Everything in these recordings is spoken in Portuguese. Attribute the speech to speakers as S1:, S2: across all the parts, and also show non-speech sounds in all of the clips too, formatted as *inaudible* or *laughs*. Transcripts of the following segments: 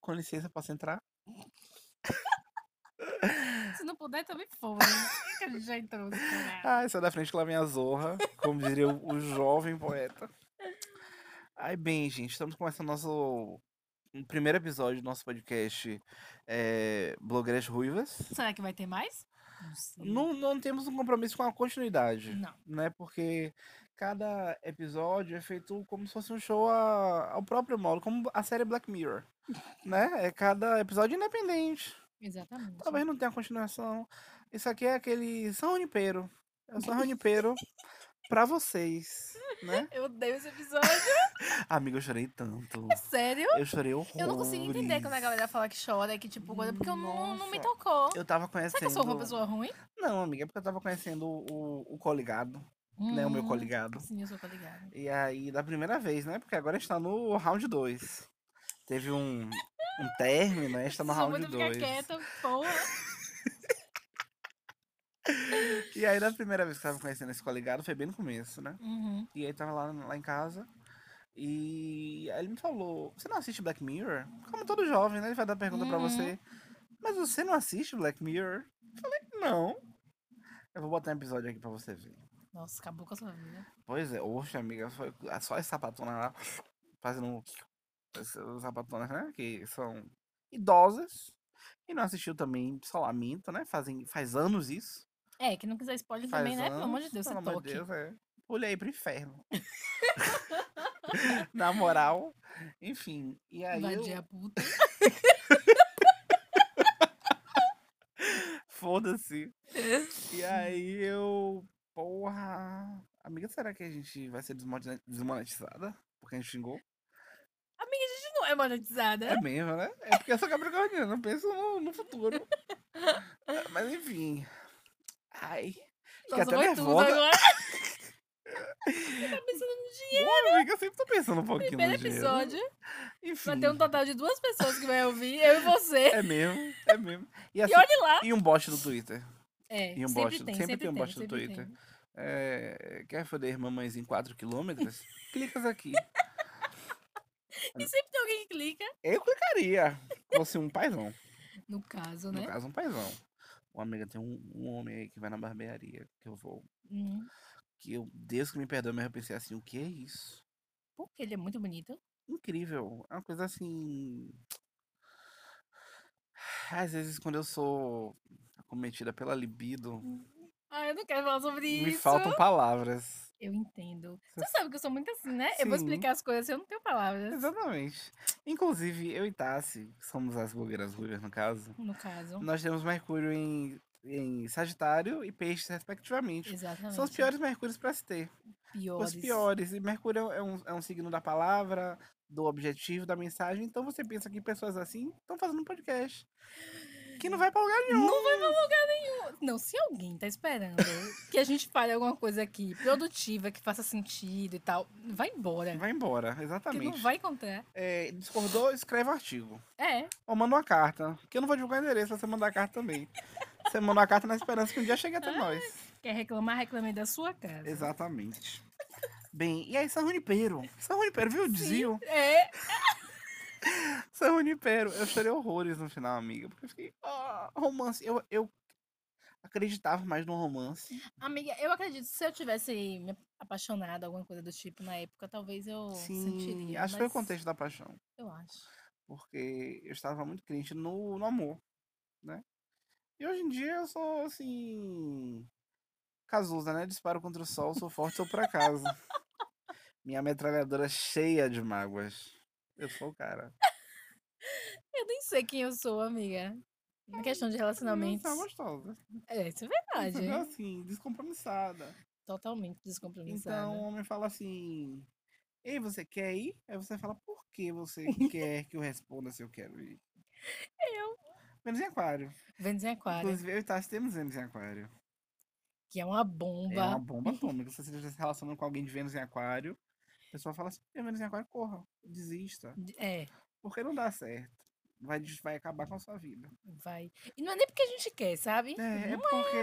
S1: Com licença, posso entrar?
S2: Se não puder, também foda. Que a gente já entrou. nesse lugar.
S1: Ai, sai da frente que lá vem a zorra, como diria o, o jovem poeta. Ai, bem, gente, estamos começando nosso o primeiro episódio do nosso podcast é, Blogueiras Ruivas.
S2: Será que vai ter mais? Não sei.
S1: Não, não temos um compromisso com a continuidade,
S2: Não.
S1: né? Porque cada episódio é feito como se fosse um show a- ao próprio modo, como a série Black Mirror, né? É cada episódio independente.
S2: Exatamente.
S1: Talvez não tenha continuação. Isso aqui é aquele São Ronipeiro. É o São Ronipeiro pra vocês, né?
S2: Eu odeio esse episódio. *laughs*
S1: Amiga, eu chorei tanto.
S2: Sério?
S1: Eu chorei horrores.
S2: É Eu não consigo entender quando a galera fala que chora, que tipo, coisa, porque eu não, não me
S1: Nossa.
S2: tocou.
S1: Eu tava conhecendo...
S2: Será que eu sou uma pessoa ruim?
S1: Não, amiga, é porque eu tava conhecendo o, o coligado, né? O meu
S2: Hum,
S1: coligado.
S2: Sim, eu sou coligada.
S1: E aí, da primeira vez, né? Porque agora a gente tá no round 2. Teve um, um término, né? A gente tá no
S2: Preciso
S1: round
S2: muito ficar
S1: 2.
S2: quieta, porra.
S1: E aí, da primeira vez que eu tava conhecendo esse coligado, foi bem no começo, né?
S2: Uhum.
S1: E aí tava lá, lá em casa. E aí ele me falou, você não assiste Black Mirror? Como todo jovem, né? Ele vai dar pergunta pra
S2: Uhum.
S1: você. Mas você não assiste Black Mirror? Eu falei, não. Eu vou botar um episódio aqui pra você ver.
S2: Nossa, acabou com a sua vida.
S1: Pois é, oxe, amiga, foi a- só as sapatonas lá, fazendo um as as sapatonas, né? Que são idosas. E não assistiu também, só lamento, né? Fazem, faz anos isso.
S2: É, que não quiser spoiler
S1: Faz
S2: também, né? Pelo amor de
S1: anos,
S2: Deus, você
S1: pelo amor
S2: toque.
S1: de Deus, é. Olha aí pro inferno. *laughs* Na moral. Enfim. E aí É, eu-
S2: Vadia puta.
S1: *laughs* Foda-se. E aí
S2: *laughs*
S1: eu. Porra. Amiga, será que a gente vai ser desmone- desmonetizada? Porque a gente xingou?
S2: Isso não é monetizada.
S1: É mesmo, né? É porque eu sou capricorniana, eu penso no, no futuro. Ah, Mas enfim. Ai. Fiquei até
S2: Nossa, foi tudo
S1: nervosa. *laughs*
S2: agora. tá pensando no
S1: Pô, amiga, eu sempre tô pensando um pouquinho
S2: primeiro
S1: no dinheiro.
S2: episódio. Vai
S1: Enfim.
S2: ter um total de duas pessoas que vai ouvir, eu e você.
S1: *laughs* É mesmo, é mesmo. E, assim,
S2: *laughs* E olhe lá.
S1: e um bot do Twitter.
S2: É,
S1: E um
S2: sempre
S1: bosta-
S2: tem,
S1: sempre
S2: sempre,
S1: tem um bosta no
S2: sempre
S1: Twitter.
S2: tem.
S1: É, quer foder mamães em 4 quilômetros? Clicas aqui. É.
S2: E sempre tem alguém que clica,
S1: Eu clicaria. se Fosse um paizão.
S2: no caso,
S1: No
S2: né?
S1: caso, um paizão. Uma amiga tem um, um homem aí que vai na barbearia, que eu vou.
S2: Hum,
S1: Que eu, Deus que me perdoe, mas eu pensei assim, o que é isso?
S2: porque ele é muito bonito.
S1: Incrível. É uma coisa assim. Às vezes quando eu sou acometida pela libido,
S2: Ah, eu não quero falar sobre
S1: me
S2: isso.
S1: faltam palavras.
S2: Eu entendo.
S1: Você
S2: Você sabe que eu sou muito assim, né? Eu vou
S1: Sim.
S2: explicar as coisas, eu não tenho palavras,
S1: Exatamente. Inclusive, eu e Tassi, que somos as blogueiras ruivas no caso,
S2: no caso.
S1: nós temos Mercúrio em, em Sagitário e Peixes, respectivamente.
S2: Exatamente.
S1: São os piores Mercúrios para se ter.
S2: Piores.
S1: Os piores. E Mercúrio é um, é um signo da palavra, do objetivo, da mensagem. Então você pensa que pessoas assim estão fazendo um podcast. Que não vai pra lugar nenhum.
S2: Não vai pra lugar nenhum. Não, se alguém tá esperando que a gente fale alguma coisa aqui produtiva, que faça sentido e tal, vai embora.
S1: Vai embora,
S2: Porque não
S1: exatamente.
S2: vai encontrar.
S1: É, discordou, escreve um artigo.
S2: É,
S1: Ou manda uma carta. Porque eu não vou divulgar o endereço, mas você mandar a carta também. Você manda uma carta na esperança que um dia chegue até
S2: Ah,
S1: nós.
S2: quer reclamar, reclame da sua casa.
S1: Exatamente. Bem, e aí, São Junipero? São Junipero, viu? Dizio.
S2: É,
S1: São Junipero. é um Eu chorei horrores no final, amiga. Porque eu fiquei. "Ah, romance. Eu, eu acreditava mais no romance.
S2: amiga, eu acredito, se eu tivesse me apaixonado, alguma coisa do tipo na época, talvez eu
S1: Sim.
S2: sentiria.
S1: Acho que foi o
S2: mas
S1: contexto da paixão.
S2: Eu acho.
S1: Porque eu estava muito crente no, no amor, né? E hoje em dia eu sou, assim. Casusa, né? Disparo contra o sol, sou forte, sou pra casa. Minha metralhadora cheia de mágoas. Eu sou o cara.
S2: Eu nem sei quem eu sou, amiga. Na questão de
S1: É, Não,
S2: relacionamentos.
S1: tá gostosa.
S2: É, isso é
S1: Entendeu?
S2: verdade. é
S1: Assim, descompromissada.
S2: Totalmente descompromissada.
S1: Então o homem fala assim: Ei, você quer ir? Aí você fala: Por que você quer que eu responda se eu quero ir?
S2: Eu.
S1: Vênus em Aquário.
S2: Vênus em Aquário,
S1: Inclusive, eu e Tassi temos Vênus em Aquário.
S2: que é uma
S1: É
S2: bomba.
S1: uma bomba atômica. Se você já se relaciona com alguém de Vênus em Aquário, a pessoa fala assim: "Tem Vênus em Aquário, corra, desista.
S2: É,
S1: Porque não dá certo. Vai, des- vai acabar com a sua vida.
S2: vai. E não é nem porque a gente quer, sabe?
S1: É, é
S2: Não
S1: porque.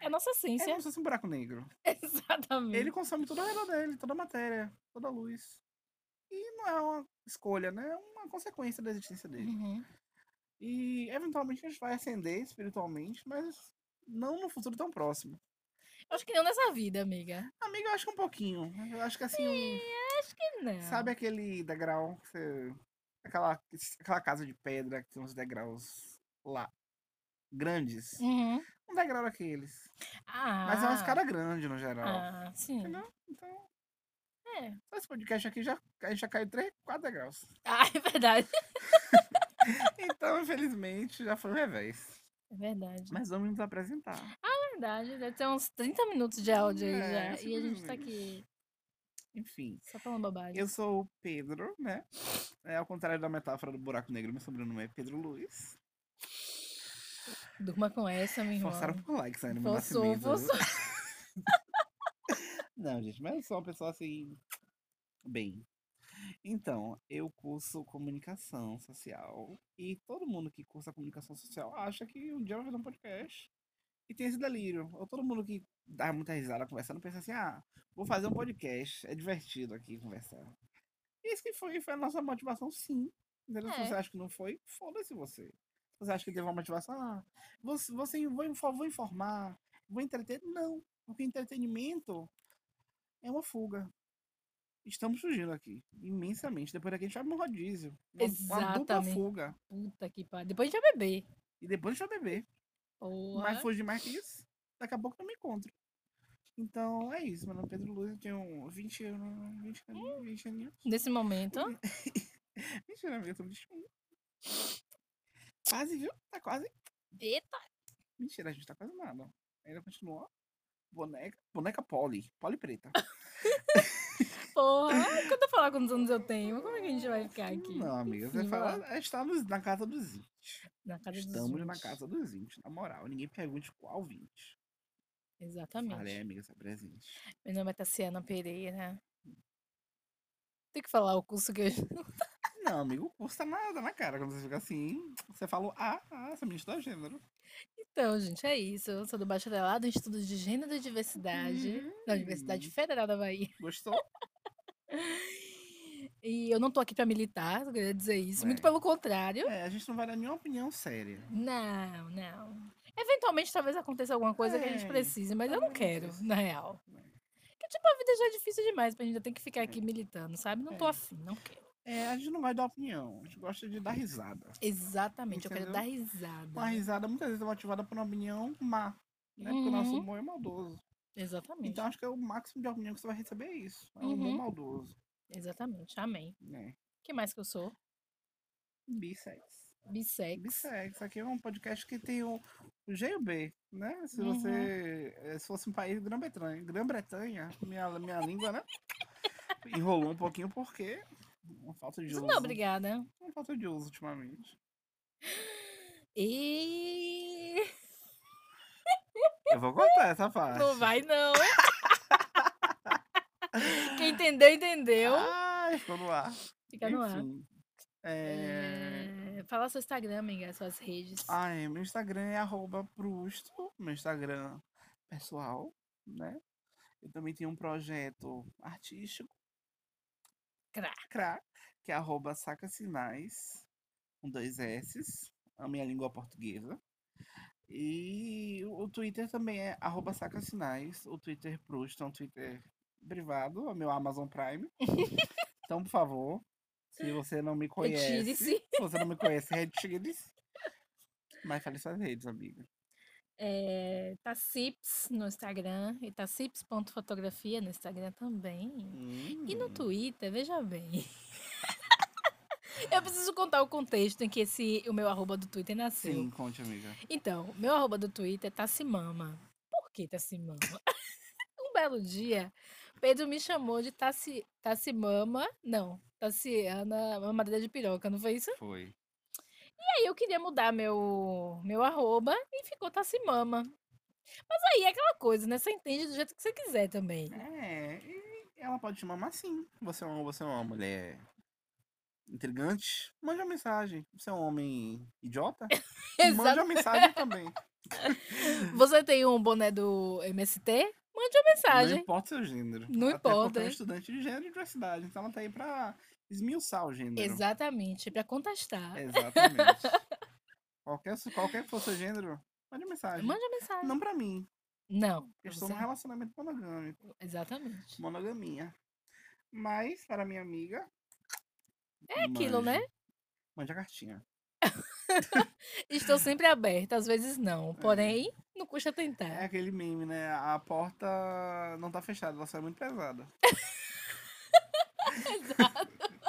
S2: é a nossa
S1: É
S2: essência.
S1: como se fosse um buraco negro.
S2: *laughs* Exatamente.
S1: Ele consome toda a vida dele, toda a matéria, toda a luz. E não é uma escolha, né? É uma consequência da existência dele.
S2: Uhum.
S1: E eventualmente a gente vai ascender espiritualmente, mas não no futuro tão próximo.
S2: Eu acho que não nessa vida, amiga.
S1: Amigo, eu acho que um pouquinho. Eu acho que assim, um-
S2: Acho que não.
S1: sabe aquele degrau que você. Aquela, aquela casa de pedra que tem uns degraus lá. Grandes.
S2: Uhum.
S1: Um degrau daqueles.
S2: Ah.
S1: Mas é uma escada grande no geral.
S2: Ah, sim.
S1: Entendeu? Então,
S2: É.
S1: só esse podcast aqui já, a gente já caiu 3, 4 degraus.
S2: Ah, é verdade.
S1: Então, infelizmente, já foi o revés.
S2: É verdade.
S1: Mas vamos nos apresentar.
S2: É verdade. Deve ter uns 30 minutos de áudio aí
S1: É,
S2: já. E a gente tá aqui
S1: Enfim.
S2: só falando bobagem.
S1: Eu sou o Pedro, né? É ao contrário da metáfora do buraco negro, meu sobrenome é Pedro Luiz.
S2: Durma com essa, minha irmã.
S1: Forçaram por likes ainda no meu
S2: Forçou,
S1: nascimento. viu?
S2: forçou.
S1: *laughs* Não, gente, mas eu sou uma pessoa assim. Bem. Então, eu curso comunicação social. E todo mundo que cursa comunicação social acha que um dia vai fazer um podcast. E tem esse delírio. Ou todo mundo que dá muita risada conversando pensa assim: ah, vou fazer um podcast. É divertido aqui conversar. E isso que foi, foi a nossa motivação, sim. Entendeu? Se
S2: É.
S1: você acha que não foi, foda-se você. Você acha que teve uma motivação? Ah, vou, você, vou, info- vou informar, vou entreter. Não. Porque entretenimento é uma fuga. Estamos fugindo aqui, imensamente. Depois daqui a gente vai pra um rodízio. Uma, uma dupla
S2: Exatamente.
S1: fuga.
S2: Puta que pariu. Depois a gente vai beber.
S1: E depois a gente vai beber.
S2: Porra.
S1: Mas fugir mais que isso, daqui a pouco eu me encontro. Então é isso, meu nome é Pedro Luiz, eu tenho 20 anos, 20
S2: Hum.
S1: anos, 20 anos, *laughs*
S2: Nesse momento,
S1: Hum. 20 anos, eu tô 21. Quase, viu? Tá quase.
S2: eita,
S1: Mentira, a gente tá quase nada. Ainda continua. Boneca, boneca poli, poli preta.
S2: porra. Ai, Quando eu falar quantos anos eu tenho, como é que a gente vai ficar aqui?
S1: Não, amiga, você
S2: Enfim, vai lá.
S1: fala, estamos na casa dos 20.
S2: Na casa dos
S1: Estamos na
S2: 20.
S1: casa dos 20, na moral. Ninguém pergunte qual 20.
S2: Exatamente.
S1: Falei, amiga, é se apresente.
S2: Meu nome é Tassiana Pereira. Tem que falar o curso que eu. *laughs*
S1: Não, amigo, o curso tá na, tá na cara. Quando você fica assim, você falou, ah, ah essa menina está gênero.
S2: Então, gente, é isso. Eu sou do bacharelado em estudos de gênero e diversidade da Universidade Federal da Bahia.
S1: Uhum. Gostou?
S2: E eu não tô aqui pra militar, eu queria dizer isso. Muito
S1: Bem.
S2: pelo contrário.
S1: É, a gente não vai dar nenhuma opinião séria.
S2: Não, não. Eventualmente, talvez aconteça alguma coisa que a gente
S1: É,
S2: precise, mas eu não
S1: talvez
S2: quero,
S1: aconteça.
S2: na real.
S1: É.
S2: Porque, tipo, a vida já é difícil demais pra gente ainda ter que ficar
S1: É.
S2: aqui militando, sabe? Não tô
S1: É.
S2: afim, não quero.
S1: É, a gente não vai dar opinião. A gente gosta de dar risada.
S2: Exatamente, eu quero
S1: Entendeu?
S2: dar risada.
S1: Uma risada muitas vezes é motivada por uma opinião má. Né? Porque o nosso
S2: Uhum.
S1: humor é maldoso.
S2: Exatamente,
S1: Então acho que é o máximo de opinião que você vai receber é isso. É um humor
S2: Uhum.
S1: maldoso.
S2: exatamente. Amém.
S1: Né?
S2: O que mais que eu sou?
S1: Bissex.
S2: Bissex.
S1: Bissexo. Aqui é um podcast que tem o, o G e o B, né? Se
S2: Uhum.
S1: você. eh, Se fosse um país Grã-Bretanha. Grã-Bretanha, minha, minha língua, né? Enrolou um pouquinho porque. Uma falta de
S2: Isso
S1: uso.
S2: não, é obrigada.
S1: Uma falta de uso
S2: *laughs*
S1: ultimamente.
S2: E...
S1: Eu vou cortar essa parte.
S2: Não vai,
S1: *laughs*
S2: não. Quem entendeu, entendeu.
S1: Ai, ficou no ar.
S2: Fica no ar.
S1: Enfim, é, Ah,
S2: É... Fala seu Instagram, amiga, suas redes.
S1: Ai, meu Instagram é arroba prusto, meu Instagram pessoal, né? Eu também tenho um projeto artístico.
S2: Crá.
S1: Crá, que é arroba saca sinais, com dois S's, a minha língua portuguesa. E o o Twitter também é arroba saca sinais, o Twitter prusto é um Twitter privado, é o meu Amazon Prime. então, por favor, se você não me conhece...
S2: Retire-se.
S1: Se você não me conhece, retire-se. Mas fale suas redes, amiga.
S2: *laughs* É, Tassips no Instagram e tassips.fotografia no Instagram também. E no
S1: Hum.
S2: Twitter, veja bem. *laughs* Eu preciso contar o contexto em que esse, o meu arroba do Twitter nasceu.
S1: Sim, conte, amiga.
S2: Então, meu arroba do Twitter é Tassimama. Por que Tassimama? *laughs* um belo dia, Pedro me chamou de Tassi, Tassimama. Não, Tassiana Mamadeira de Piroca, não foi isso?
S1: Foi.
S2: E aí eu queria mudar meu, meu arroba e ficou Tassimama. Mas aí é aquela coisa, né? Você entende do jeito que você quiser também.
S1: É, e ela pode te mamar sim. Você é uma, você é uma mulher intrigante. Mande uma mensagem. Você é um homem idiota? Mande
S2: *laughs* Exato. *laughs*
S1: uma mensagem também.
S2: Você tem um boné do MST? Mande uma
S1: Não
S2: mensagem.
S1: importa o seu gênero.
S2: Não
S1: Até Porque
S2: importa.
S1: ela é estudante de gênero e diversidade, então ela tá aí pra esmiuçar o gênero.
S2: Exatamente, é pra contestar.
S1: Exatamente.
S2: *laughs*
S1: qualquer, qualquer que for seu gênero, mande mensagem.
S2: Mande uma mensagem.
S1: Não pra mim. Eu
S2: Não.
S1: um
S2: pra
S1: estou
S2: você
S1: num
S2: não.
S1: relacionamento monogâmico.
S2: Exatamente.
S1: Monogamia. Mas, para minha amiga.
S2: É aquilo, né?
S1: Mande a cartinha.
S2: Estou sempre aberta, às vezes não. Porém, não custa
S1: É
S2: tentar.
S1: aquele meme, né? A porta não tá fechada, ela só é muito pesada.
S2: *laughs*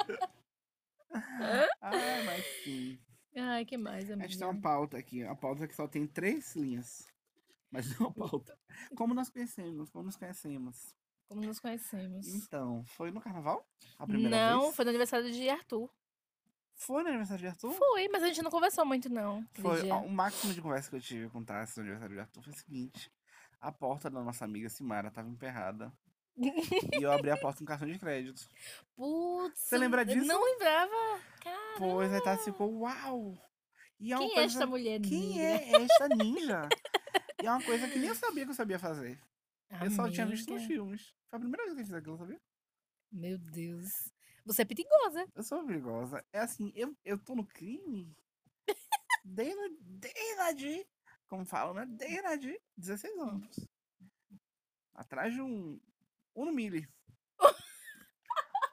S1: *laughs* Exato. ah, mas sim.
S2: Ai, que mais,
S1: A
S2: amiga?
S1: gente tem uma pauta aqui. A pauta é que só tem três linhas. Mas é uma pauta. Como nós conhecemos? Como nos conhecemos?
S2: Como nos conhecemos?
S1: Então, foi no carnaval? A primeira
S2: Não,
S1: vez?
S2: foi no aniversário de Arthur.
S1: Foi no aniversário de Arthur?
S2: Foi, mas a gente não conversou muito, não. aquele
S1: Foi
S2: dia.
S1: ó, o máximo de conversa que eu tive com o Tassi no aniversário de Arthur foi o seguinte. A porta da nossa amiga Simara tava emperrada. e eu abri a porta com cartão de crédito.
S2: Putz.
S1: Você lembra
S2: eu
S1: disso?
S2: Não lembrava. Cara,
S1: Pois aí Tassi ficou, uau! E é uma
S2: quem é
S1: coisa...
S2: esta mulher
S1: Quem
S2: negra?
S1: é esta ninja? e é uma coisa que nem eu sabia que eu sabia fazer. Eu só tinha visto nos
S2: Amiga,
S1: filmes. Foi a primeira vez que eu fiz aquilo, sabia?
S2: Meu Deus. Você é perigosa.
S1: Eu sou perigosa. É assim, eu, eu tô no crime desde, desde a de, como falam, né? Desde a de 16 anos. Atrás de um Uno Mille.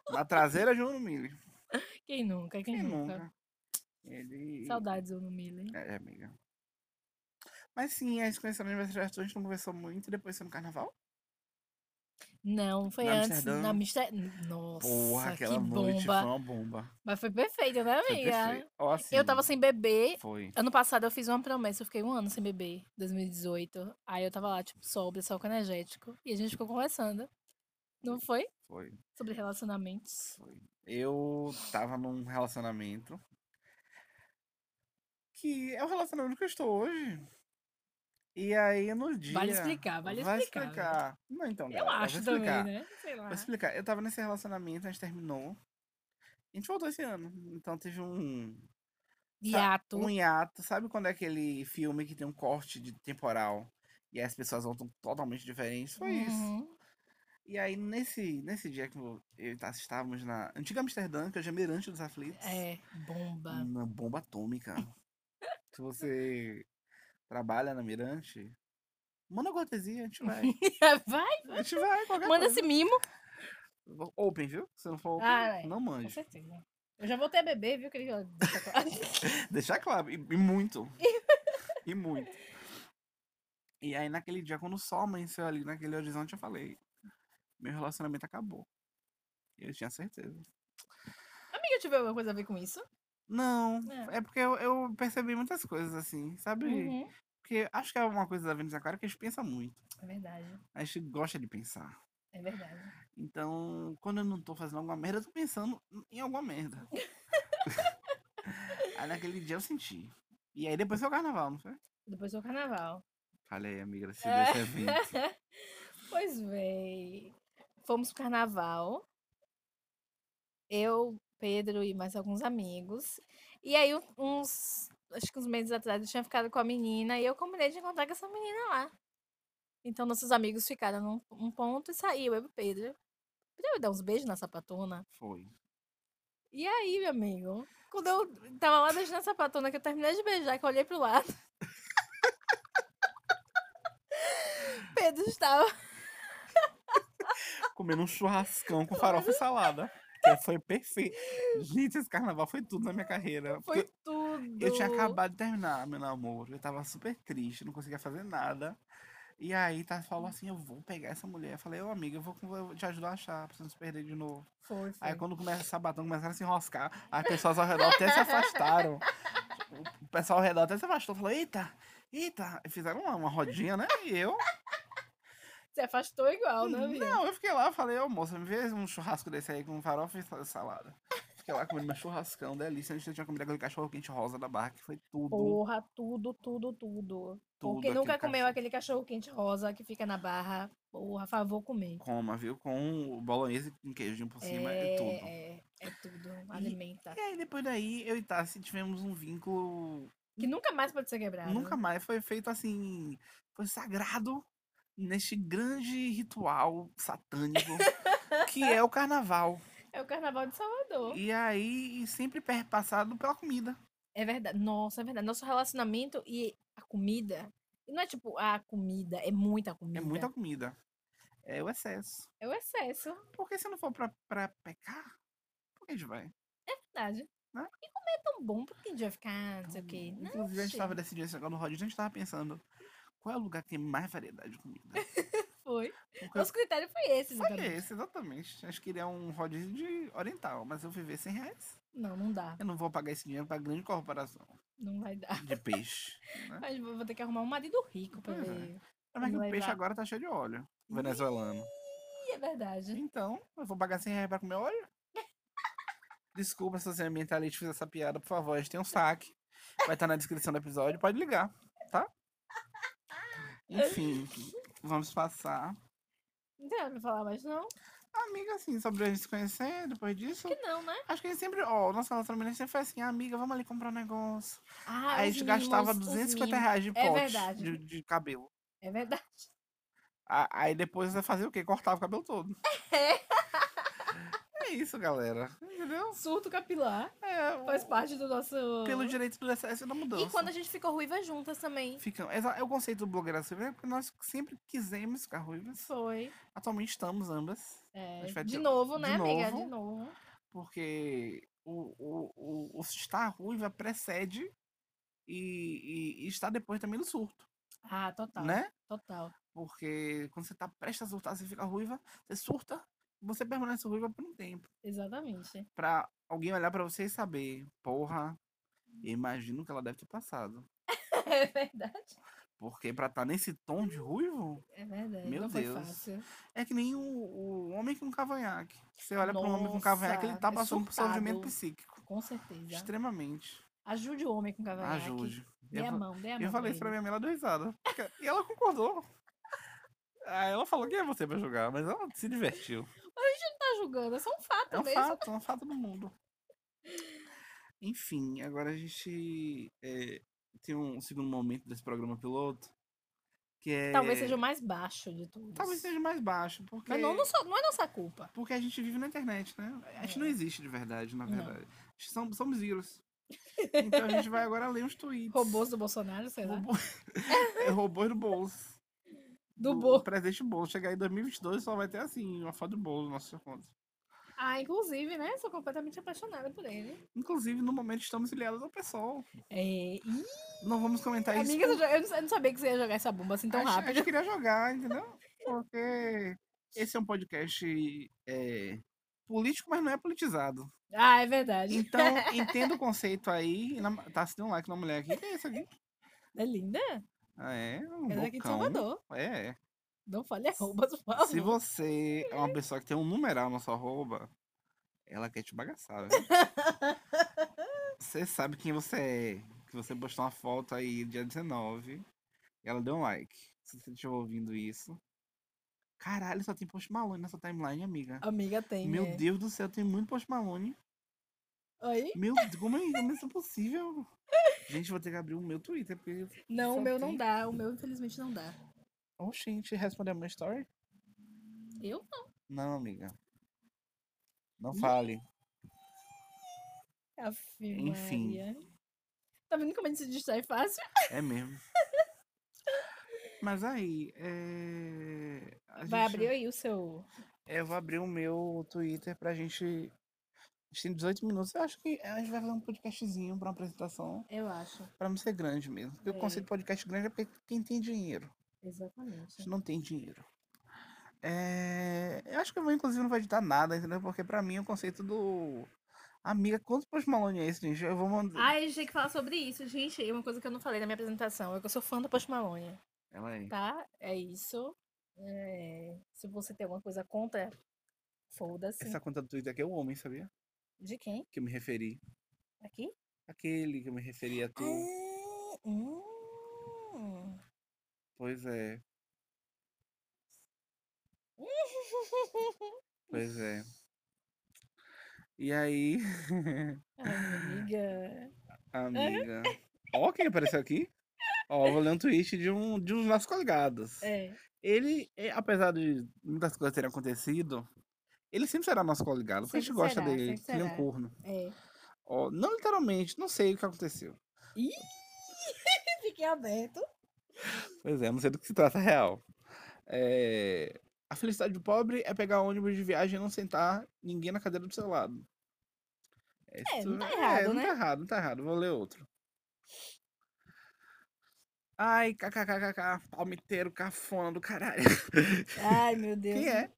S1: Na traseira de um Uno Mille.
S2: Quem nunca? Quem,
S1: Quem
S2: nunca?
S1: nunca? Ele...
S2: Saudades, Ono Miller.
S1: É, amiga. Mas sim, a gente conheceu no aniversário de Arthur, a gente não conversou muito, depois foi no carnaval.
S2: Não, foi
S1: Na
S2: antes.
S1: Amsterdã.
S2: Na Mister... Nossa,
S1: Porra, aquela
S2: que
S1: noite
S2: bomba.
S1: foi uma bomba.
S2: Mas foi perfeita, né,
S1: Foi
S2: amiga?
S1: perfeito. Ó, assim,
S2: Eu tava sem beber.
S1: Foi.
S2: Ano passado eu fiz uma promessa, eu fiquei um ano sem beber, 2018. Aí eu tava lá, tipo, sobre, só com energético. E a gente ficou conversando. Não foi?
S1: Foi.
S2: Sobre relacionamentos.
S1: Foi. Eu tava num relacionamento que é o relacionamento que eu estou hoje. E aí no dia.
S2: Vale explicar, vale
S1: vai
S2: explicar. né?
S1: explicar. Não, então,
S2: Eu
S1: galera,
S2: acho
S1: vou
S2: também,
S1: explicar.
S2: né? Sei lá.
S1: Vou explicar. Eu tava nesse relacionamento, a gente terminou. A gente voltou esse ano. Então teve um,
S2: Hiato.
S1: um hiato. Sabe quando é aquele filme que tem um corte de temporal? E aí as pessoas voltam totalmente diferentes? Foi isso.
S2: Uhum.
S1: E aí, nesse, nesse dia que eu eu e Tassi estávamos na antiga Amsterdã, que hoje é Mirante dos Aflitos.
S2: É, bomba.
S1: Uma bomba atômica. Se você trabalha na Mirante, manda uma cortesia, a gente vai.
S2: *laughs* Vai,
S1: A
S2: *laughs*
S1: gente vai, qualquer
S2: manda
S1: coisa.
S2: esse mimo.
S1: Vo- Open, viu? Se não for open,
S2: Ah, é.
S1: não
S2: Com
S1: mande.
S2: certeza. Eu já voltei a beber, viu, querido? Deixa claro.
S1: Deixar claro, e, e muito. e muito. E aí, naquele dia, quando o sol amanheceu ali naquele horizonte, eu falei: meu relacionamento acabou. Eu tinha certeza.
S2: *laughs* Amiga, tiver alguma coisa a ver com isso?
S1: Não,
S2: É.
S1: é porque eu, eu percebi muitas coisas, assim, sabe?
S2: Uhum.
S1: Porque acho que é uma coisa da Vênus Aquário que a gente pensa muito.
S2: É verdade.
S1: A gente gosta de pensar.
S2: É verdade.
S1: Então, quando eu não tô fazendo alguma merda, eu tô pensando em alguma merda.
S2: *laughs*
S1: aí naquele dia eu senti. E aí depois foi o carnaval, não foi?
S2: Depois do carnaval.
S1: Falei, amiga, se
S2: É.
S1: desse evento.
S2: Pois bem. Fomos pro carnaval. Eu, Pedro e mais alguns amigos. E aí, um- uns. Acho que uns meses atrás eu tinha ficado com a menina e eu combinei de encontrar com essa menina lá. Então, nossos amigos ficaram num um ponto e saiu eu e o Pedro. Pedro dar uns beijos na sapatona.
S1: Foi.
S2: E aí, meu amigo? Quando eu tava lá deixando a sapatona, que eu terminei de beijar, que eu olhei pro lado. *laughs* Pedro estava.
S1: Comendo um churrascão com farofa e salada. Que foi perfeito. Gente, esse carnaval foi tudo na minha carreira.
S2: Foi
S1: porque
S2: tudo.
S1: Eu tinha acabado de terminar meu namoro. Eu tava super triste, não conseguia fazer nada. E aí, tá
S2: Hum.
S1: falou assim: eu vou pegar essa mulher. Eu falei, ô amiga, eu vou, com- eu vou te ajudar a achar, pra você não se perder de novo.
S2: Foi, foi.
S1: Aí quando começa o sabatão, começaram a se enroscar. As pessoas ao redor até se afastaram. O pessoal ao redor até se afastou. Falou, eita, eita. Fizeram uma, uma rodinha, né? E eu...
S2: Se afastou igual, né, amiga?
S1: Não, eu fiquei lá. Falei, ô moça, me vê um churrasco desse aí com farofa e sa- salada. Fiquei lá comendo meu churrascão, delícia. A gente tinha comido aquele cachorro quente rosa da barra, que foi tudo.
S2: Porra, tudo, tudo, tudo.
S1: tudo
S2: Quem nunca
S1: aquele
S2: comeu
S1: cachorro.
S2: aquele cachorro quente rosa que fica na barra, porra, favor comer.
S1: Coma, viu? Com o bolonhesa com queijinho por cima
S2: é,
S1: e tudo.
S2: é, é tudo. Alimenta.
S1: E é aí, depois daí, eu e Tassi tivemos um vínculo
S2: Que nunca mais pode ser quebrado.
S1: Nunca mais foi feito assim. Foi sagrado. neste grande ritual satânico que é o
S2: *laughs*
S1: carnaval.
S2: É o carnaval de Salvador.
S1: E aí, e sempre perpassado pela comida.
S2: É verdade. Nossa, é verdade. Nosso relacionamento e a comida. E não é tipo a comida, é muita comida.
S1: É muita comida. É o excesso.
S2: É o excesso.
S1: Porque se não for pra, pra pecar, por que a gente vai?
S2: Verdade.
S1: Né?
S2: E comer é tão bom, por que a gente vai ficar, não sei o quê? Não,
S1: Hum, Inclusive, a gente
S2: gente.
S1: tava decidindo esse negócio no rodízio, a gente tava pensando qual é o lugar que tem mais variedade de comida.
S2: foi.
S1: Porque
S2: Nosso critério foi então. esse,
S1: É. Foi
S2: assim, exatamente.
S1: esse, exatamente. Acho que ele é um rodízio de oriental, mas eu viver 100 reais.
S2: Não, não dá.
S1: Eu não vou pagar esse dinheiro pra grande corporação
S2: Não vai dar.
S1: de peixe.
S2: Mas vou vou ter que arrumar um marido rico pra
S1: Pois é.
S2: ver.
S1: *laughs* Mas que o
S2: Vamos
S1: peixe
S2: levar.
S1: agora tá cheio de óleo venezuelano.
S2: Ih, é verdade.
S1: Então, eu vou pagar 100 reais pra comer óleo? *laughs* Desculpa se você é ambientalista e fiz essa piada, por favor, a gente tem um saque. Vai estar na descrição do episódio, pode ligar, tá? Enfim, vamos passar.
S2: Não tem nada pra falar mais, não?
S1: Amiga, assim, sobre a gente se conhecer, depois disso.
S2: Que não, né?
S1: Acho que a gente sempre, ó, o nosso relacionamento sempre foi assim, amiga, vamos ali comprar um negócio.
S2: Ah,
S1: Aí a
S2: os
S1: gente gastava
S2: mimos, os
S1: 250
S2: mimos.
S1: reais de
S2: É
S1: pote
S2: verdade.
S1: de, de cabelo.
S2: É verdade.
S1: A- Aí depois você fazia o quê? Cortava o cabelo
S2: *laughs*
S1: todo. É isso, galera. Entendeu?
S2: Um Surto capilar
S1: É,
S2: faz
S1: o-
S2: parte do nosso.
S1: pelo direito do excesso e da mudança.
S2: E quando a gente ficou ruiva juntas também.
S1: Ficam. exa- É o conceito do blogueira ruivas, é porque nós sempre quisemos ficar ruivas.
S2: Foi.
S1: Atualmente estamos ambas,
S2: É,
S1: gente vai ter-
S2: de novo,
S1: de
S2: né, amiga? De
S1: novo.
S2: novo.
S1: porque o, o, o, o estar ruiva precede e, e, e está depois também do surto,
S2: Ah, total.
S1: né?
S2: Total.
S1: Porque quando você está prestes a surtar, você fica ruiva, você surta, você permanece ruiva por um tempo. *laughs*
S2: Exatamente.
S1: Pra alguém olhar pra você e saber, porra, eu imagino que ela deve ter passado.
S2: É verdade.
S1: Porque pra estar nesse tom de ruivo,
S2: É verdade.
S1: Meu
S2: não
S1: Deus.
S2: foi fácil.
S1: É que nem o, o homem com cavanhaque. Você olha para um homem com
S2: Nossa,
S1: cavanhaque, ele tá
S2: é
S1: passando por sofrimento
S2: surtado.
S1: psíquico.
S2: Com certeza.
S1: Extremamente.
S2: Ajude o homem com cavanhaque. é
S1: Ajude.
S2: Dê a
S1: fa-
S2: mão, dê a
S1: eu
S2: mão.
S1: falei isso pra
S2: ele.
S1: minha mãe, ela deu risada. Porque- E ela concordou. Aí ela falou quem é você pra jogar, mas ela se divertiu.
S2: Tá julgando, é só um fato
S1: É um
S2: mesmo.
S1: fato, é um fato do mundo. Enfim, agora a gente eh, tem um segundo momento desse programa piloto. Que é.
S2: Talvez seja o mais baixo de todos.
S1: Talvez seja mais baixo, porque.
S2: Mas não, não, sou- não é nossa culpa.
S1: Porque a gente vive na internet, né? A gente não
S2: É.
S1: existe de verdade, na
S2: Não.
S1: verdade. A gente som- somos vírus. Então a gente vai agora ler uns tweets.
S2: Robôs né? do Bolsonaro, sei lá.
S1: Robô... *laughs* é, robôs do Bolso.
S2: é Do
S1: Bolso.
S2: Bo.
S1: Presidente Bolso. Chegar em 2022 só vai ter assim, uma foto do Bolso, nossa conta.
S2: Ah, inclusive, né? Sou completamente apaixonada por ele.
S1: Inclusive, no momento estamos filiados ao pessoal.
S2: É... Ih,
S1: Não vamos comentar isso.
S2: amiga,
S1: por-
S2: eu, já- eu não, eu não sabia que você ia jogar essa bomba assim tão
S1: a, gente- A
S2: rápido.
S1: gente queria jogar,
S2: *laughs*
S1: entendeu? Porque esse é um podcast é, político, mas não é politizado.
S2: Ah, é verdade.
S1: Então, entenda
S2: *laughs*
S1: o conceito aí. e na- Tá se dando um like na mulher aqui. Que é isso aqui?
S2: É linda.
S1: Ah, é? Um
S2: Ela é aqui de
S1: bocão.
S2: Salvador.
S1: É.
S2: Não fale arroba, por favor.
S1: Se você é uma pessoa que tem um numeral na sua arroba, ela quer te bagaçar, viu? Você sabe quem você é. Que você postou uma foto aí dia 19 e ela deu um like. Se você estiver ouvindo isso. Caralho, só tem post Malone nessa timeline, amiga.
S2: *laughs* Amiga tem.
S1: Meu
S2: é.
S1: Deus do céu, tem muito post Malone.
S2: Oi?
S1: Meu Deus, como é como isso é possível? Gente, vou ter que abrir o meu Twitter, porque
S2: Não,
S1: Só
S2: o meu não
S1: tem-
S2: dá. O meu, infelizmente, não dá.
S1: Oh, gente, respondeu meu story?
S2: Eu?
S1: Não, amiga. Não
S2: Ih,
S1: fale.
S2: Afirmaria.
S1: Enfim.
S2: Tá vendo como a gente se distrai fácil?
S1: É mesmo. Mas aí, é... a
S2: Vai
S1: gente-
S2: abrir aí o seu.
S1: é, Eu vou abrir o meu Twitter pra gente... A gente tem 18 minutos. Eu acho que a gente vai fazer um podcastzinho pra uma apresentação.
S2: Eu acho.
S1: Pra não ser grande mesmo. Porque o
S2: É.
S1: conceito de podcast grande é porque quem tem dinheiro. A
S2: Exatamente.
S1: gente não tem dinheiro. É, Eu acho que eu vou, inclusive, não vou editar nada, entendeu? Porque pra mim o conceito do... Amiga, quantos post Malone é esse, gente? Eu vou mandar...
S2: Ah, a gente tem que falar sobre isso, gente. É uma coisa que eu não falei na minha apresentação. É que eu sou fã do Post Malone.
S1: Ela é.
S2: Tá? É isso. É, Se você tem alguma coisa contra, foda-se.
S1: Essa conta do Twitter aqui é o homem, sabia?
S2: De quem?
S1: Que eu me referi.
S2: Aqui?
S1: Aquele que eu me referi a tu.
S2: Ah, hum.
S1: Pois é, pois é. E aí,
S2: Ai,
S1: Ah.
S2: amiga.
S1: amiga? Ó, quem apareceu aqui? Ó, vou ler um tweet de um, de um dos nossos coligados.
S2: É.
S1: Ele, é, apesar de muitas coisas terem acontecido, ele sempre será nosso coligado, porque a gente
S2: Sempre
S1: gosta
S2: será,
S1: dele,
S2: sempre
S1: ele é um
S2: será.
S1: corno.
S2: É.
S1: Ó, não literalmente, não sei o que aconteceu.
S2: Ih, fiquei aberto.
S1: Pois é, não sei do que se trata *laughs* real. É, A felicidade do pobre é pegar ônibus de viagem e não sentar ninguém na cadeira do seu lado.
S2: É,
S1: isso-
S2: não tá
S1: é,
S2: errado,
S1: não
S2: né?
S1: tá errado, não tá errado. Vou ler outro. Ai, kkkk, palmiteiro, cafona do caralho. *laughs*
S2: Ai, meu Deus.
S1: Quem é?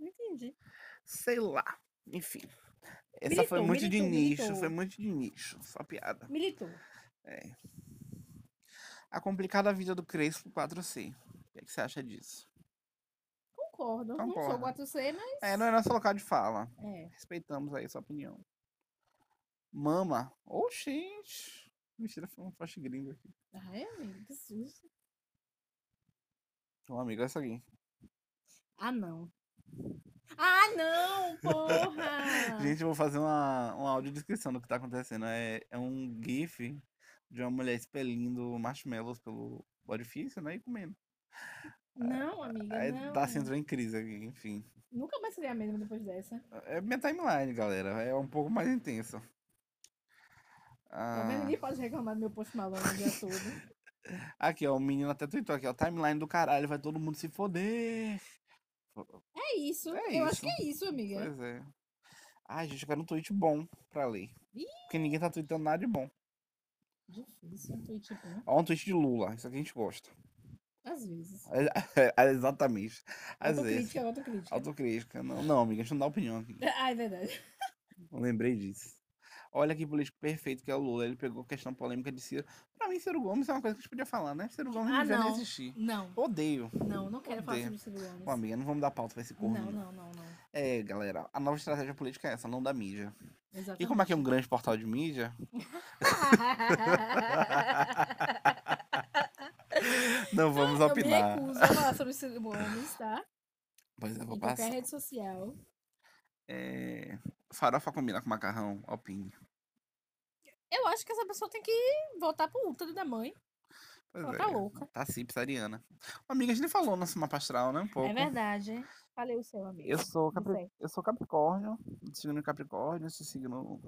S2: Não entendi.
S1: Sei lá. Enfim. Essa foi
S2: Militou,
S1: muito de
S2: militou,
S1: nicho, foi
S2: militou.
S1: muito de nicho. Só piada.
S2: Militou.
S1: A complicada vida do Crespo 4C. O que é que você acha disso?
S2: Concordo. Não
S1: Concordo.
S2: sou 4C, mas.
S1: É, não é nosso local de fala.
S2: É.
S1: Respeitamos aí sua opinião. Mama. Oxente. Mentira, foi um poste gringo aqui.
S2: Ai, amigo, que susto.
S1: Um amigo, essa aqui.
S2: Ah, não. Ah, não,
S1: *laughs*
S2: porra!
S1: Gente, eu vou fazer uma, uma audiodescrição do que tá acontecendo. É, é um gif de uma mulher expelindo marshmallows pelo orifício, né? E comendo.
S2: não, amiga,
S1: É, Aí
S2: não.
S1: Darcy entrou em crise aqui, enfim.
S2: Nunca mais seria a mesma depois dessa.
S1: É minha timeline, galera. É um pouco mais intenso.
S2: Tá
S1: Ah,
S2: vendo? Ninguém pode reclamar do meu post malone o dia todo.
S1: aqui, ó. O menino até tweetou aqui, ó. Timeline do caralho, vai todo mundo se foder.
S2: É isso.
S1: É
S2: eu acho
S1: isso.
S2: que é isso, amiga.
S1: Pois é. Ai, gente, eu quero um tweet bom pra ler.
S2: Ih!
S1: Porque ninguém tá tweetando nada de bom.
S2: Difícil um tweet bom.
S1: Ó, um tweet de Lula. Isso aqui a gente gosta. *laughs*
S2: Às vezes.
S1: É, Exatamente. Às vezes.
S2: Autocrítica, é autocrítica.
S1: Autocrítica. Não, não, amiga, a gente não dá opinião aqui.
S2: *laughs* Ah, é verdade.
S1: Eu lembrei disso. Olha que político perfeito que é o Lula. Ele pegou questão polêmica de Ciro. Pra mim, Ciro Gomes é uma coisa que a gente podia falar, né? Ciro Gomes
S2: Ah,
S1: não devia nem
S2: não.
S1: existir.
S2: Não,
S1: Odeio.
S2: não, não quero falar
S1: Odeio.
S2: sobre Ciro Gomes.
S1: Bom, amiga, não vamos dar pauta pra esse corno.
S2: Não,
S1: não.
S2: não, não, não.
S1: É, galera, a nova estratégia política é essa, não da mídia.
S2: Exatamente.
S1: E como é que é um grande portal de mídia, *laughs*
S2: *laughs*
S1: não vamos
S2: Eu me
S1: opinar.
S2: recuso a falar sobre Ciro Gomes, tá?
S1: Pois é, vou
S2: Em qualquer
S1: passar.
S2: rede social.
S1: É, Farofa combina com macarrão, opine.
S2: Eu acho que essa pessoa tem que voltar pro útero da mãe.
S1: Pois
S2: Ela
S1: é,
S2: tá louca.
S1: tá sim, pisariana. Amiga, a gente falou no nosso mapa astral, né? Um pouco.
S2: É verdade. Falei o seu, amigo.
S1: Eu sou,
S2: Não
S1: capri...
S2: sei.
S1: eu sou Capricórnio, do signo Capricórnio, esse signo.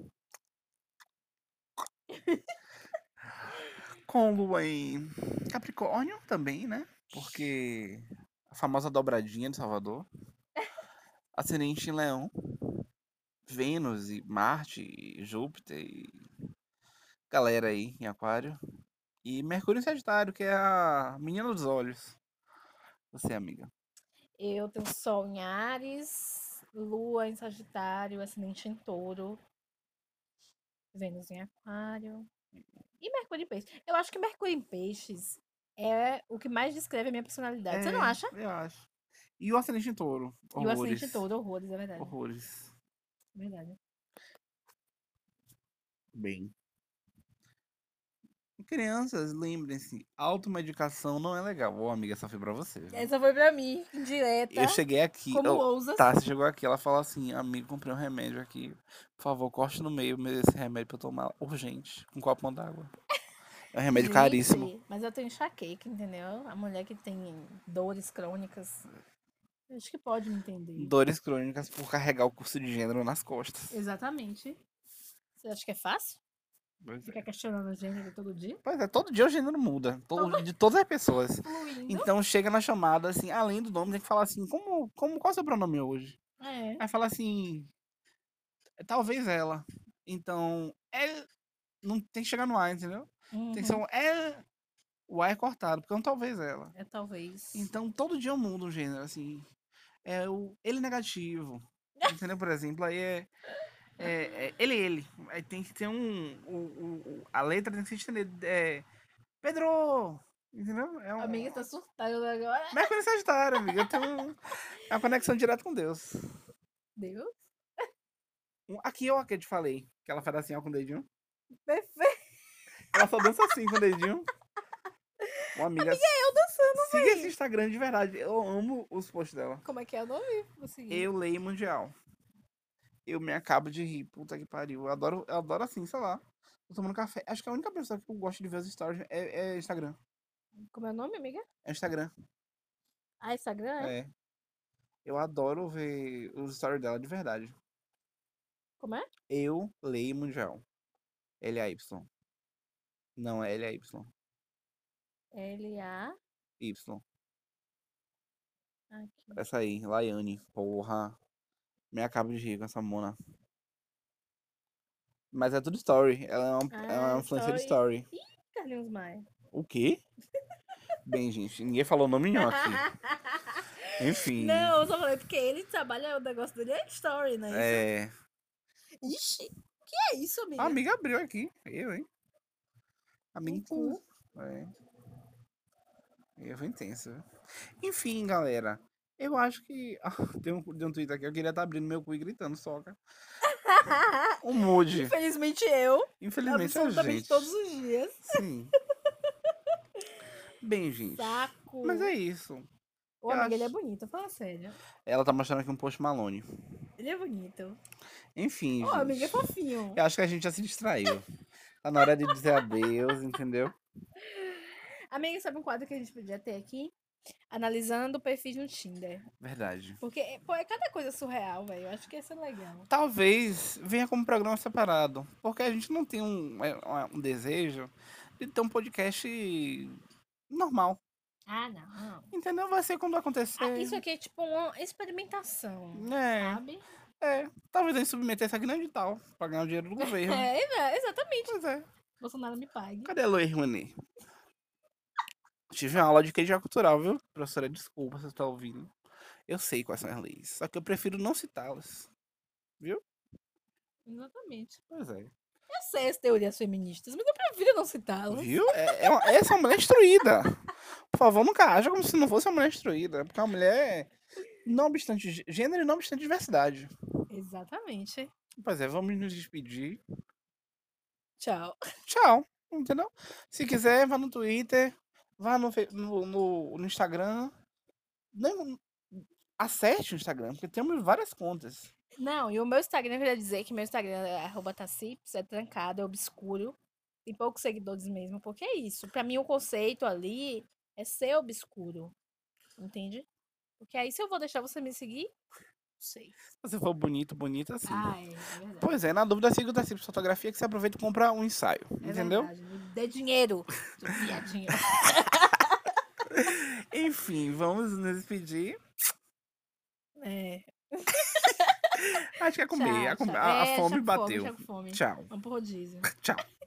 S1: Com lua em Capricórnio também, né? Porque a famosa dobradinha de Salvador. Ascendente em Leão. Vênus e Marte e Júpiter e. Galera aí em Aquário. E Mercúrio em Sagitário, que é a menina dos olhos. Você, amiga.
S2: Eu tenho Sol em Ares, Lua em Sagitário, Ascendente em Touro, Vênus em Aquário e Mercúrio em Peixes. Eu acho que Mercúrio em Peixes é o que mais descreve a minha personalidade. Você não
S1: É,
S2: acha?
S1: Eu acho. E o acidente em touro.
S2: E o Ascendente em
S1: Horrores.
S2: Touro, horrores, é verdade.
S1: Horrores.
S2: verdade.
S1: Bem. Crianças, lembrem-se, automedicação não é legal. Ô, amiga, essa foi pra você. viu?
S2: Essa foi pra mim, indireta.
S1: Eu cheguei aqui.
S2: Como
S1: ô,
S2: ousas?
S1: tá, você chegou aqui, ela fala assim, amigo, comprei um remédio aqui. Por favor, corte no meio esse remédio pra eu tomar urgente, com um copo d'água. É um remédio caríssimo.
S2: Gente, Mas eu tenho enxaqueca, entendeu? A mulher que tem dores crônicas, eu acho que pode me entender.
S1: Dores crônicas por carregar o curso de gênero nas costas.
S2: Exatamente. Você acha que é fácil?
S1: Pois é.
S2: Fica questionando o gênero todo dia?
S1: Pois é, todo dia o gênero muda. todo- de todas as pessoas.
S2: Fluindo.
S1: Então chega na chamada, assim, além do nome, tem que falar assim, como, como qual é o seu pronome hoje?
S2: É.
S1: Aí fala assim, "É, talvez ela. Então, é, não tem que chegar no A, entendeu? Tem que ser
S2: uhum.
S1: um é, o A é cortado, porque é um talvez ela.
S2: É talvez.
S1: Então, todo dia eu mudo um gênero, assim, é o ele negativo, entendeu? Por exemplo, aí é, é, é ele, ele. Aí tem que ter um, o, o- o- a letra tem que se entender, é Pedro, entendeu? É um,
S2: A amiga tá surtando agora.
S1: Mercúrio em Sagitário, amiga. Eu tenho a conexão direta com Deus.
S2: Deus.
S1: Um- Aqui, ó, que eu te falei. Que ela faz assim, ó, com o dedinho.
S2: Perfeito.
S1: Ela só dança assim com o dedinho. Uma amiga. Amiga, eu dançando, Siga esse Instagram de verdade. Eu amo os posts dela.
S2: Como é que é o nome? Vou seguir.
S1: Eu leio Mundial. Eu me acabo de rir. Puta que pariu. Eu adoro, eu adoro assim, sei lá. Tô tomando café. Acho que a única pessoa que eu gosto de ver os stories é, é Instagram.
S2: Como é o nome, amiga?
S1: É Instagram.
S2: Ah, Instagram é?
S1: É. Eu adoro ver os stories dela de verdade.
S2: Como é?
S1: Eu leio mundial. L-A-Y. Não, é L-A-Y. É.
S2: L-A.
S1: Y.
S2: Aqui.
S1: Essa aí, Laiane. Porra. Me acabo de rir com essa mona. Mas é tudo story. Ela é uma, ela é
S2: Ah,
S1: uma influencer de story.
S2: Carlinhos é, Maia.
S1: O quê? Bem, gente, ninguém falou o nome nenhum aqui.
S2: *laughs*
S1: Enfim.
S2: Não, eu só falei porque ele trabalha, o negócio dele é story, né?
S1: É.
S2: Ixi, o que é isso, amiga? Uhum.
S1: A amiga abriu aqui. Eu, hein? Amiga
S2: Intenso.
S1: intensa. É. Eu vou intensa. viu? Enfim, galera. Eu acho que. *laughs* Ah, tem, um, tem um tweet aqui. Eu queria estar abrindo meu cu e gritando, soca.
S2: *laughs*
S1: O mood.
S2: Infelizmente eu,
S1: Infelizmente Ah, é a
S2: absolutamente
S1: gente.
S2: todos os dias.
S1: Sim. Bem, gente.
S2: Saco.
S1: Mas é isso.
S2: Ô,
S1: eu
S2: amiga, ele é
S1: acho-
S2: bonito, fala sério.
S1: Ela tá mostrando aqui um post Malone.
S2: Ele é bonito.
S1: Enfim,
S2: Ô,
S1: gente.
S2: amiga, é fofinho.
S1: Eu acho que a gente já se distraiu. Tá na hora de dizer adeus, entendeu?
S2: Amiga, sabe um quadro que a gente podia ter aqui? Analisando perfis no um Tinder.
S1: Verdade.
S2: Porque, pô, é cada coisa surreal, velho. Eu acho que ia ser legal.
S1: talvez venha como programa separado, porque a gente não tem um, é, é, um desejo de ter um podcast normal,
S2: Ah, não.
S1: entendeu? Vai ser quando acontecer.
S2: Ah, isso aqui é tipo uma experimentação,
S1: É,
S2: sabe?
S1: é. Talvez a gente submetesse a grande tal pra ganhar o dinheiro do
S2: *laughs*
S1: governo.
S2: É, né? exatamente.
S1: Pois é.
S2: Bolsonaro me pague.
S1: Cadê a Eloy Rouanet? Tive uma aula de crítica cultural, viu? Professora, desculpa se você tá ouvindo. Eu sei quais são as leis, só que eu prefiro não citá-las.
S2: Exatamente.
S1: Pois é.
S2: Eu sei as teorias feministas, mas eu prefiro
S1: *laughs*
S2: não citá-las.
S1: Viu? É, é uma- essa é uma mulher instruída. Por favor, nunca haja como se não fosse uma mulher instruída. Porque a mulher, não obstante gê- gênero e não obstante diversidade.
S2: Exatamente.
S1: Pois é, vamos nos despedir.
S2: Tchau.
S1: Tchau. Entendeu? Se quiser, vá no Twitter, vá no, Fe- no, no- no Instagram. Não, acerte o Instagram, porque temos várias contas.
S2: Não, e o meu Instagram, eu queria dizer que meu Instagram é arroba tacips, é trancado, é obscuro. Tem poucos seguidores mesmo, porque é isso. Pra mim, o conceito ali é ser obscuro. Entende? Porque aí, se eu vou deixar você me seguir, não sei.
S1: Se você for bonito, bonita, sim.
S2: Ah, é, é verdade.
S1: Pois é, na dúvida, siga o da Simples Fotografia, que você aproveita e compra um ensaio.
S2: É
S1: entendeu?
S2: verdade. Me dê dinheiro. seu viadinho.
S1: Enfim, vamos nos despedir.
S2: É,
S1: Acho que é comer.
S2: tchau,
S1: a, com-
S2: tchau.
S1: a- a fome
S2: É, chego com fome,
S1: bateu.
S2: chego com fome.
S1: Tchau.
S2: Vamos pro rodízio.
S1: Tchau.